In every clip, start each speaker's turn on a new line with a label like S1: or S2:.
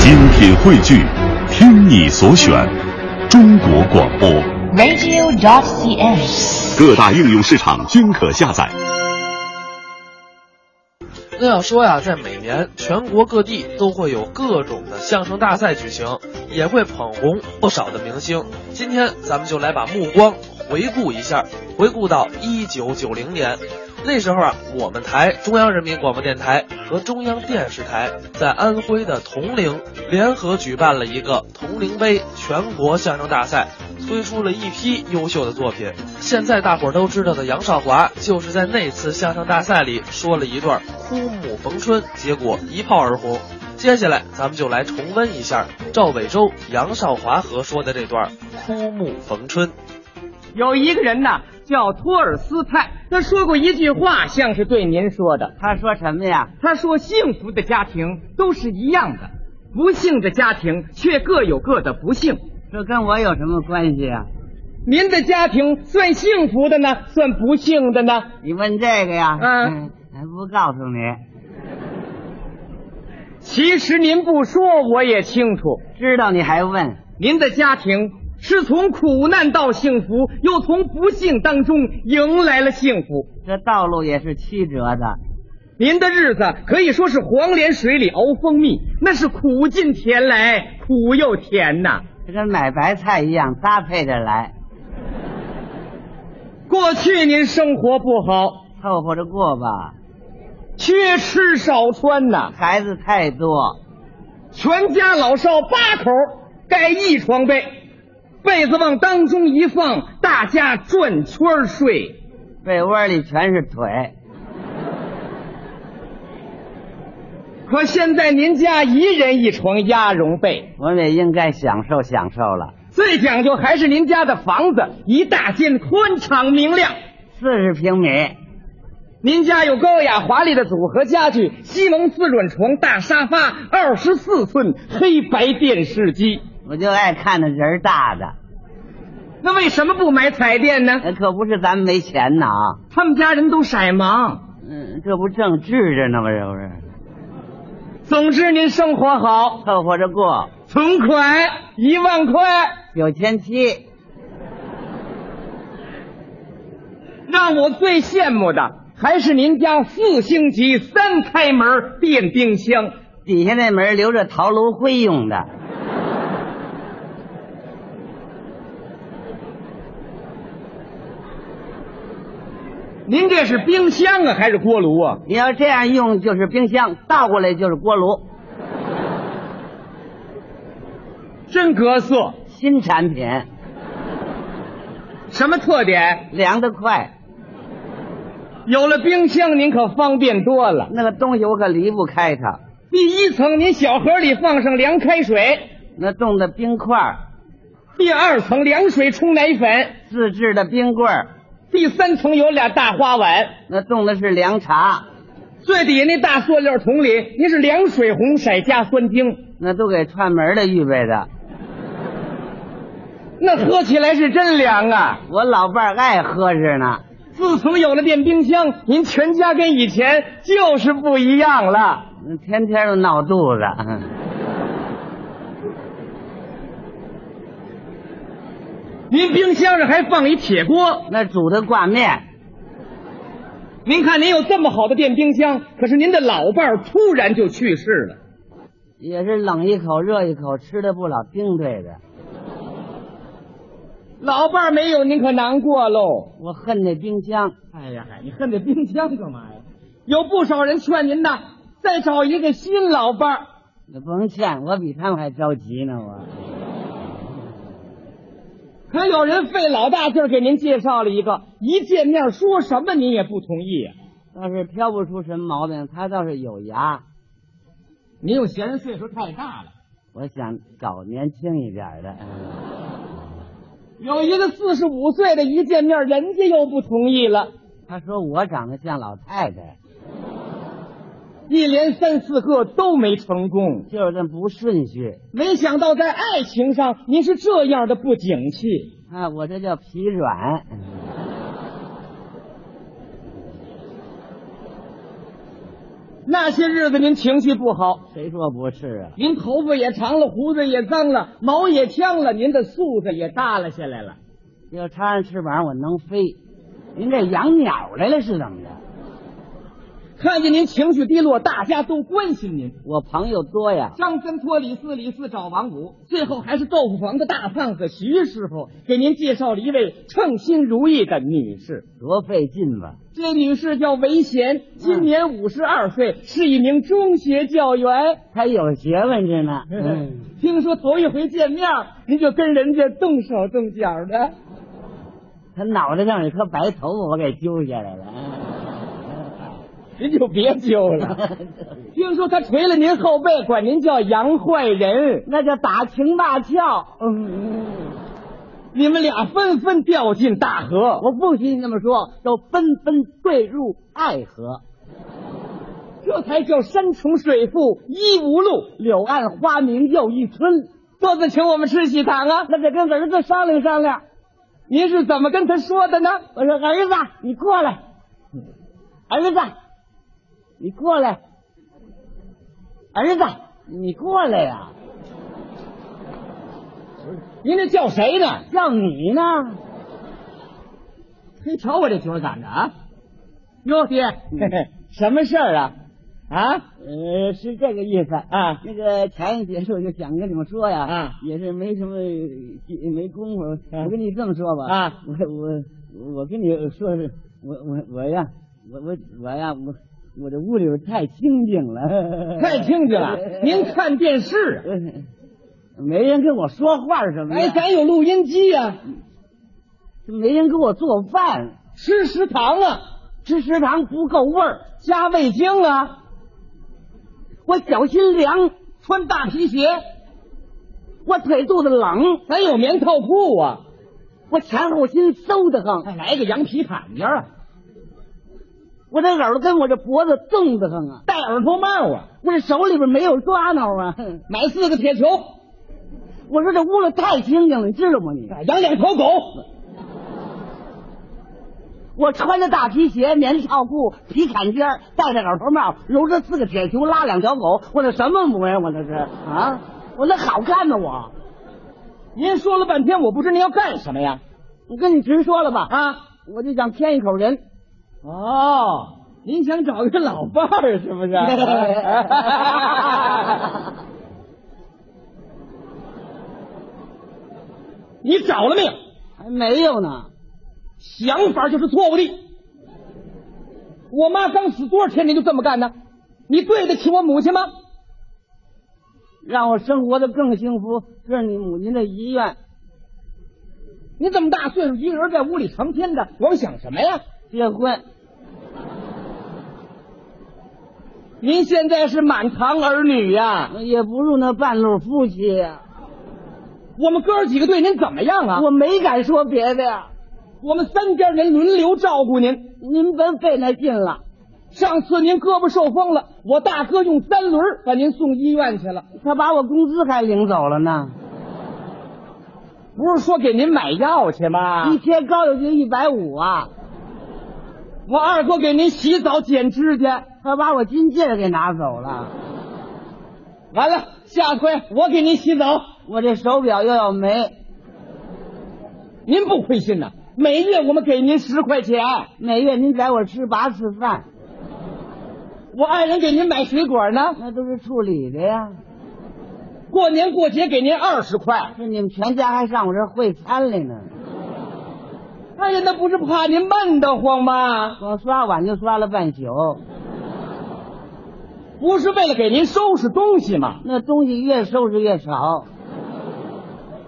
S1: 精品汇聚，听你所选，中国广播。
S2: radio.cn。
S1: 各大应用市场均可下载。
S3: 那要说呀，在每年全国各地都会有各种的相声大赛举行，也会捧红不少的明星。今天咱们就来把目光回顾一下，回顾到一九九零年。那时候啊，我们台中央人民广播电台和中央电视台在安徽的铜陵联合举办了一个铜陵杯全国相声大赛，推出了一批优秀的作品。现在大伙儿都知道的杨少华，就是在那次相声大赛里说了一段“枯木逢春”，结果一炮而红。接下来咱们就来重温一下赵北洲、杨少华合说的这段“枯木逢春”。
S4: 有一个人呐，叫托尔斯泰，他说过一句话，像是对您说的。
S5: 他说什么呀？
S4: 他说，幸福的家庭都是一样的，不幸的家庭却各有各的不幸。
S5: 这跟我有什么关系啊？
S4: 您的家庭算幸福的呢，算不幸的呢？
S5: 你问这个呀？
S4: 嗯，
S5: 还不告诉你，
S4: 其实您不说，我也清楚。
S5: 知道你还问。
S4: 您的家庭是从苦难到幸福，又从不幸当中迎来了幸福。
S5: 这道路也是曲折的，
S4: 您的日子可以说是黄连水里熬蜂蜜，那是苦尽甜来，苦又甜呐。
S5: 这跟买白菜一样，搭配着来，
S4: 过去您生活不好，
S5: 凑合着过吧。
S4: 缺吃少穿呐，
S5: 孩子太多，
S4: 全家老少八口盖一床被，被子往当中一放，大家转圈儿睡。
S5: 被窝里全是腿。
S4: 可现在您家一人一床鸭绒被，
S5: 我们也应该享受享受了。
S4: 最讲究还是您家的房子，一大间宽敞明亮。
S5: 四十平米，
S4: 您家有高雅华丽的组合家具，西蒙自软床、大沙发、二十四寸黑白电视机。
S5: 我就爱看那人大的，
S4: 那为什么不买彩电呢？
S5: 呃可不是咱们没钱呐啊。
S4: 他们家人都色盲。
S5: 嗯，这不正治着呢吗？这不是
S4: 总之，您生活好，
S5: 凑合着过，
S4: 存款一万块，
S5: 有前妻。
S4: 让我最羡慕的还是您家四星级三开门电冰箱。
S5: 底下那门留着陶炉灰用的，
S4: 您这是冰箱啊，还是锅炉啊？
S5: 你要这样用就是冰箱，倒过来就是锅炉，
S4: 真格色，
S5: 新产品，
S4: 什么特点？
S5: 凉得快。
S4: 有了冰箱，您可方便多了。
S5: 那个东西我可离不开它，
S4: 第一层，您小盒里放上凉开水；
S5: 那冻的冰块儿，
S4: 第二层，凉水冲奶粉；
S5: 自制的冰棍儿，
S4: 第三层有俩大花碗，
S5: 那冻的是凉茶，
S4: 最底下那大塑料桶里，您是凉水红色加酸精，
S5: 那都给串门的预备的。
S4: 那喝起来是真凉啊！
S5: 我老伴儿爱喝着呢，
S4: 自从有了电冰箱，您全家跟以前就是不一样了。
S5: 天天都闹肚子。
S4: 您冰箱上还放一铁锅，
S5: 那煮的挂面，
S4: 您看您有这么好的电冰箱，可是您的老伴儿突然就去世了。
S5: 也是冷一口热一口，吃的不老丁对的。
S4: 老伴儿没有，您可难过喽。
S5: 我恨那冰箱，
S4: 哎呀，你恨这冰箱干嘛呀？有不少人劝您呐，再找一个新老伴儿。
S5: 你甭劝，我比他们还着急呢。我
S4: 可有人费老大劲儿给您介绍了一个，一见面说什么您也不同意呀、
S5: 倒是挑不出什么毛病，他倒是有牙。
S4: 您又嫌人岁数太大了。
S5: 我想搞年轻一点的，嗯
S4: 有一个四十五岁的，一见面人家又不同意了，
S5: 他说我长得像老太太，
S4: 一连三四个都没成功。
S5: 就是那不顺序
S4: 没想到在爱情上您是这样的不景气。
S5: 啊，我这叫疲软。嗯
S4: 那那些日子您情绪不好，
S5: 谁说不是啊？
S4: 您头发也长了，胡子也脏了，毛也呛了，您的素子也耷拉下来了。
S5: 要插上翅膀，我能飞。您这养鸟来了是怎么着？
S4: 看见您情绪低落，大家都关心您。
S5: 我朋友多呀，
S4: 张三托李四，李四找王五，最后还是豆腐房的大胖子徐师傅给您介绍了一位称心如意的女士。
S5: 多费劲吧？
S4: 这女士叫韦贤，今年五十二岁，是一名中学教员。
S5: 还有学问着呢。嗯，
S4: 听说头一回见面，您就跟人家动手动脚的。
S5: 他脑袋上有颗白头发，我给揪下来了。
S4: 您就别揪了。 听说他捶了您后背，管您叫洋坏人，
S5: 那叫打情骂俏，嗯
S4: 你们俩纷纷掉进大河。
S5: 我不许你这么说，都纷纷
S4: 嗯
S5: 坠入爱河。
S4: 这才叫山重水复疑无路，
S5: 柳暗花明又一村，
S4: 多子请我们吃喜糖啊！
S5: 那得跟儿子商量商量。
S4: 您是怎么跟他说的呢？嗯
S5: 我说儿子，你过来，儿子，你过来，儿子，你过来呀、
S4: 您这叫谁呢？
S5: 叫嗯 你呢，
S4: 嘿，瞧我这球攒的啊！哟爹，
S5: 嗯
S4: 什么事儿啊？啊，
S5: 呃，是这个意思
S4: 啊
S5: 那个前一节我就想跟你们说呀，
S4: 啊
S5: 也是没什么也没功夫，
S4: 啊
S5: 我跟你这么说吧，
S4: 啊，
S5: 我我我跟你说是，我我我呀，我我我呀，我我这屋里边太清静了，
S4: 太清静 了，您看电视啊？
S5: 没人跟我说话什么的，
S4: 哎，咱有录音机啊，
S5: 没人给我做饭，
S4: 吃食堂啊，
S5: 吃食堂不够味儿，
S4: 加味精啊，
S5: 我脚心凉，
S4: 穿大皮鞋，
S5: 我腿肚子冷，
S4: 咱有棉套裤啊，
S5: 我前后心馊得很。
S4: 哎来个羊皮毯子啊，
S5: 我这耳朵跟我这脖子冻得很啊，
S4: 戴耳朵帽啊，
S5: 我这手里边没有抓挠啊。
S4: 买四个铁球，
S5: 我说这屋里太清静了，你知道吗你？
S4: 哎养两头狗，
S5: 我穿着大皮鞋、棉套裤、皮坎肩儿，戴着老头帽，揉着四个铁球，拉两条狗，我这什么模样？我这是啊，我那好看吗？我，
S4: 您说了半天，我不知您要干什么呀？
S5: 我跟你直说了吧，
S4: 啊，
S5: 我就想添一口人。
S4: 哦，您想找一个老伴儿是 不是？你找了没有？
S5: 还没有呢，
S4: 想法就是错误的。我妈刚死多少天，您就这么干呢？你对得起我母亲吗？
S5: 让我生活的更幸福，这是你母亲的遗愿。
S4: 你这么大岁数，一个人在屋里成天的，我们想什么呀？
S5: 结婚，
S4: 您现在是满堂儿女呀、
S5: 也不入那半路夫妻呀、
S4: 我们哥儿几个对您怎么样啊？
S5: 我没敢说别的呀。
S4: 我们三家人轮流照顾您。
S5: 您甭费那劲了，
S4: 上次您胳膊受风了，我大哥用三轮儿把您送医院去了，
S5: 他把我工资还领走了呢。
S4: 不是说给您买药去吗
S5: 一天高有就一百五啊，
S4: 我二哥给您洗澡剪指甲，
S5: 他把我金戒指给拿走了，
S4: 完了，下回我给您洗澡，
S5: 我这手表又要没，
S4: 您不亏心呐？每月我们给您十块钱，
S5: 每月您在我吃八次饭，
S4: 我爱人给您买水果呢，
S5: 那都是处理的呀。
S4: 过年过节给您二十块。
S5: 这你们全家还上我这儿会餐来呢，
S4: 哎呀，那不是怕您闷得慌吗？
S5: 光刷碗就刷了半宿，
S4: 不是为了给您收拾东西吗？
S5: 那东西越收拾越少，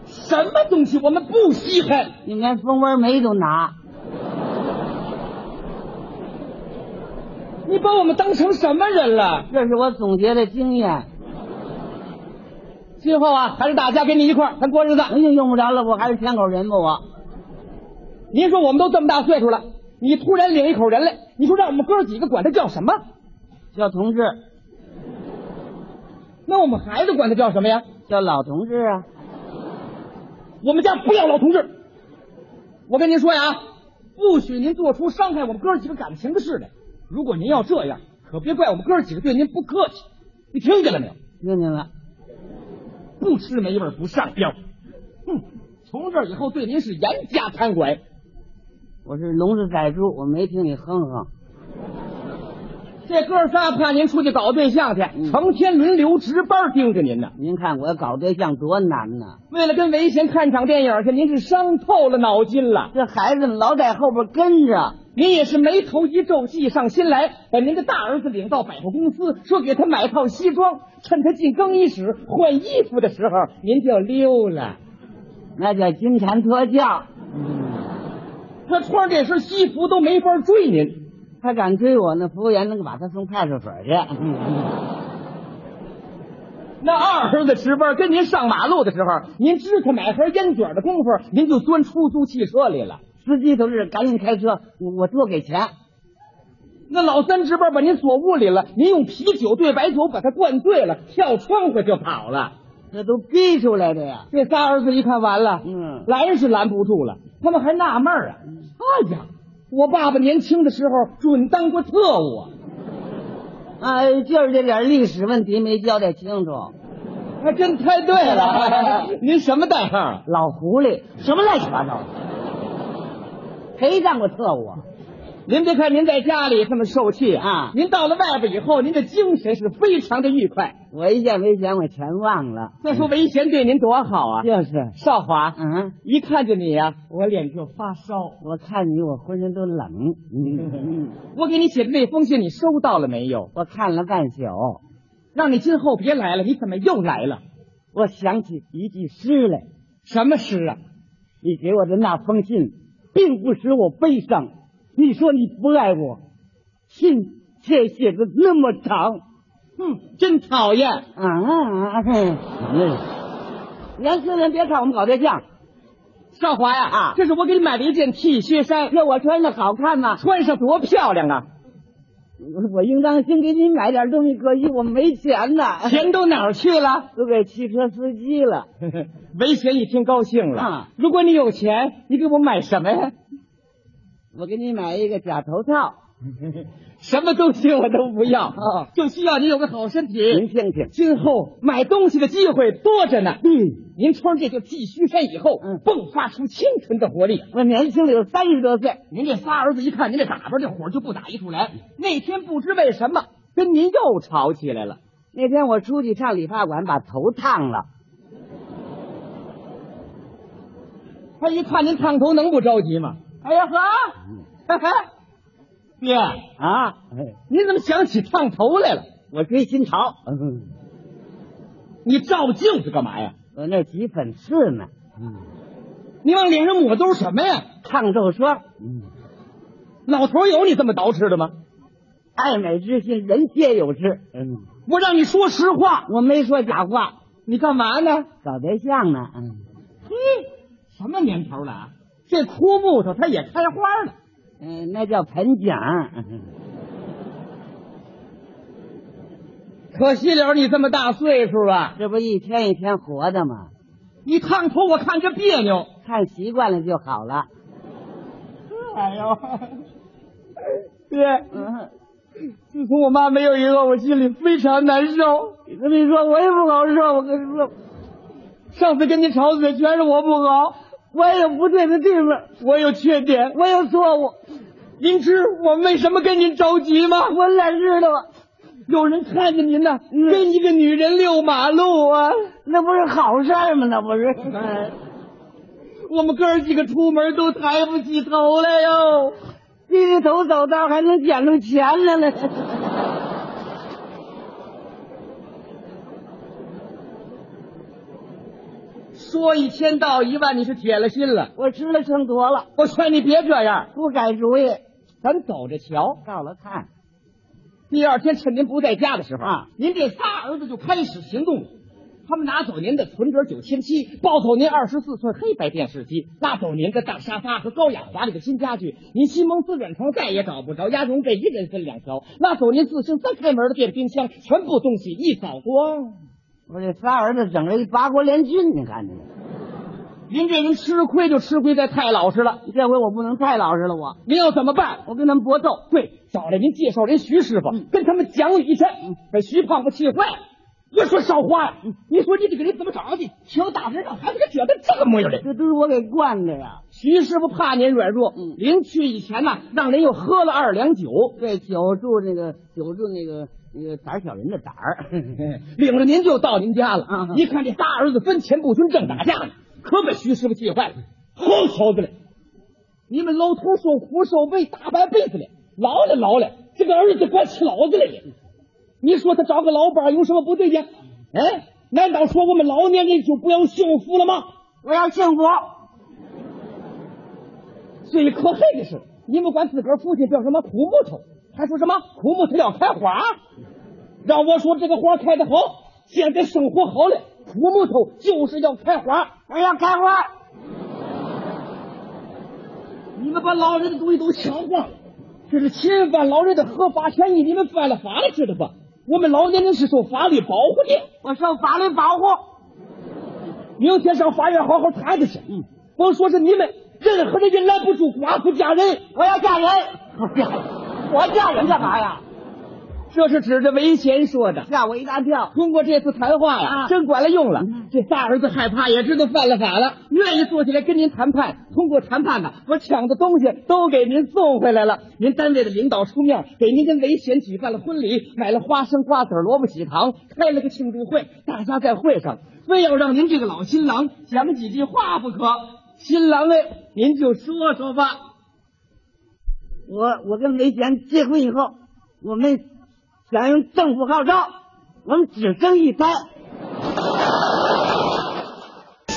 S4: 什么东西我们不稀罕？
S5: 你们连蜂窝煤都拿，
S4: 你把我们当成什么人了？
S5: 这是我总结的经验。
S4: 今后啊，还是大家跟你一块儿，咱过日子。
S5: 哎呀，用不着了，我还是舔口人吧，我
S4: 您说我们都这么大岁数了，你突然领一口人来，你说让我们哥几个管他叫什么？
S5: 叫同志，
S4: 那我们孩子管他叫什么呀？
S5: 叫老同志啊。
S4: 我们家不要老同志。我跟您说呀，不许您做出伤害我们哥几个感情的事来。如果您要这样，可别怪我们哥几个对您不客气。你听见了没有？
S5: 听见了，
S4: 不吃没味儿不上膘。哼，从这儿以后对您是严加看管。
S5: 我是聋子宰猪，我没听你哼哼。
S4: 这哥仨怕您出去搞对象去，成天轮流值班盯着您呢。
S5: 您看我搞对象多难呐、
S4: 为了跟韦贤看场电影去，您是伤透了脑筋了。
S5: 这孩子们老在后边跟着，
S4: 您也是眉头一皱，计上心来，把您的大儿子领到百货公司，说给他买套西装，趁他进更衣室换衣服的时候，您就溜了。
S5: 那叫金蝉脱壳。
S4: 他穿这身西服都没法追您。
S5: 他敢追我，那服务员能把他送派出所去。
S4: 那二儿子值班跟您上马路的时候，您支他买盒烟卷的功夫，您就钻出租汽车里了。
S5: 司机同志，赶紧开车，我我多给钱。
S4: 那老三值班把您锁屋里了，您用啤酒兑白酒把他灌醉了，跳窗户就跑了。
S5: 这都逼出来的呀！
S4: 这仨儿子一看完了，
S5: 嗯
S4: 拦是拦不住了，他们还纳闷儿啊，哎呀，我爸爸年轻的时候准当过特务啊，
S5: 啊，就是这点历史问题没交代清楚。
S4: 还真猜对 了。您什么代号啊？
S5: 老狐狸，什么乱七八糟的？谁当过特务啊？
S4: 您别看您在家里这么受气
S5: 啊
S4: 您到了外边以后，您的精神是非常的愉快。
S5: 我一见危险，我全忘了。
S4: 再说韦贤对您多好啊，
S5: 就是，
S4: 少华，
S5: 嗯，
S4: 一看见你呀、我脸就发烧。
S5: 我看你，我浑身都冷。嗯，
S4: 我给你写的那封信，你收到了没有？
S5: 我看了半宿，
S4: 让你今后别来了，你怎么又来了？
S5: 我想起一句诗来，
S4: 什么诗啊？
S5: 你给我的那封信，并不使我悲伤。你说你不爱我，信却写的那么长。
S4: 嗯，真讨厌。
S5: 啊啊！嘿，嗯年轻人别看我们搞对象，
S4: 少华呀，
S5: 啊
S4: 这是我给你买的一件 T 恤衫，
S5: 这我穿的好看吗？
S4: 穿上多漂亮啊！
S5: 我应当先给你买点东西，可惜我没钱呐，
S4: 钱都哪儿去了？
S5: 都给汽车司机了。
S4: 韦贤一听高兴了、
S5: 啊
S4: 如果你有钱，你给我买什么呀？
S5: 我给你买一个假头套，
S4: 什么东西我都不要，
S5: 啊嗯
S4: 就需要你有个好身
S5: 您
S4: 体。
S5: 听听。
S4: 今后买东西的机会多着呢。
S5: 嗯，
S4: 您穿这件 T 恤衫以后，
S5: 嗯
S4: 迸发出青春的活力。
S5: 我年轻了有三十多岁，
S4: 您这仨儿子一看您这打扮，这火就不打一处来。那天不知为什么跟您又吵起来了。
S5: 那天我出去上理发馆把头烫了，
S4: 他一看您烫头，能不着急吗？哎呀呵，爹，
S5: 啊，
S4: 您怎么想起烫头来了？
S5: 我追新潮，
S4: 你照镜子干嘛呀？
S5: 我呃那挤粉刺呢，
S4: 你往脸上抹都是什么呀？
S5: 抗皱霜，
S4: 老头儿有你这么捯饬的吗？
S5: 爱美之心人皆有之。嗯，
S4: 我让你说实话，
S5: 我没说假话，
S4: 你干嘛呢？
S5: 搞对象呢。嗯，
S4: 嘿，什么年头了啊？这枯木头它也开花了。
S5: 嗯、那叫盆景。嗯
S4: 可惜了，你这么大岁数了，
S5: 这不一天一天活的吗？
S4: 你烫头我看着别扭。
S5: 看习惯了就好了。
S4: 哎呦，爹，
S5: 嗯，
S4: 自从我妈没有以后，我心里非常难受。
S5: 你跟你说，我也不好受。我跟你说，
S4: 上次跟你吵嘴，全是我不好，
S5: 我也有不对的地方，
S4: 我有缺点，
S5: 我有错误，
S4: 您知我为什么跟您着急吗？
S5: 我哪知道啊？
S4: 有人看见您呢，
S5: 嗯
S4: 跟一个女人遛马路啊。哎
S5: 那不是好事儿吗？那不是？嗯，
S4: 我们哥儿几个出门都抬不起头来哟。
S5: 低着头走道还能捡出钱来了。
S4: 说一千道一万，你是铁了心了。
S5: 我吃了撑多了，
S4: 我劝你别这样，
S5: 不改主意，
S4: 咱走着瞧。
S5: 到了看。
S4: 第二天趁您不在家的时候
S5: 啊，
S4: 您这仨儿子就开始行动了。他们拿走您的存折九千七，抱走您二十四寸黑白电视机，拉走您的大沙发和高雅华丽的新家具，您新蒙丝软床再也找不着，鸭绒被一人分两条，拉走您自行三开门的电冰箱，全部东西一扫光。
S5: 我这仨儿子整了一八国联军，你看见没？
S4: 您这人吃亏就吃亏在太老实了。
S5: 这回我不能太老实了，我
S4: 您要怎么办？
S5: 我跟他们搏斗。
S4: 对，找来您介绍人徐师傅，跟他们讲理去，把徐胖子气坏了。越说少花呀，你说你这个人怎么长的？小大人让啊孩子给折腾这个模样来。
S5: 这都是我给惯的呀。
S4: 徐师傅怕您软弱，
S5: 嗯
S4: 临去以前呢、让您又喝了二两酒，
S5: 这久住那个久住那个那个胆小人的胆儿，
S4: 领着您就到您家了。
S5: 啊
S4: 一看这大儿子跟前不分正打架呢，可把徐师傅气坏了。好小子嘞，你们老头受苦受累大半辈子了，劳了劳了，这个儿子管起老子了也。你说他找个老伴儿有什么不对的？哎，难道说我们老年人就不要幸福了吗？
S5: 我要幸福。
S4: 最可恨的是，你们管自个儿父亲叫什么苦木头，还说什么苦木头要开花。让我说这个花开得好，现在生活好了，苦木头就是要开花。
S5: 我要开花，
S4: 你们把老人的东西都抢光了，这是侵犯老人的合法权益，你们犯了法了，知道吧？我们老年人是受法律保护的，
S5: 我受法律保护。
S4: 明天上法院好好谈谈去。嗯，甭说是你们，任何人也拦不住寡妇嫁人。
S5: 我要 嫁人，我嫁人，我嫁人干嘛呀？
S4: 这是指着韦贤说的。
S5: 啊吓我一大跳。
S4: 通过这次谈话呀，
S5: 啊
S4: 真管了用了。这大儿子害怕，也知道犯了法了，愿意坐下来跟您谈判。通过谈判呢，我抢的东西都给您送回来了。您单位的领导出面给您跟维贤举办了婚礼，买了花生、瓜子、萝卜、喜糖，开了个庆祝会。大家在会上非要让您这个老新郎讲几句话不可。新郎哎，您就说说吧。
S5: 我我跟梅贤结婚以后，我们想用政府号召，我们只生一胎，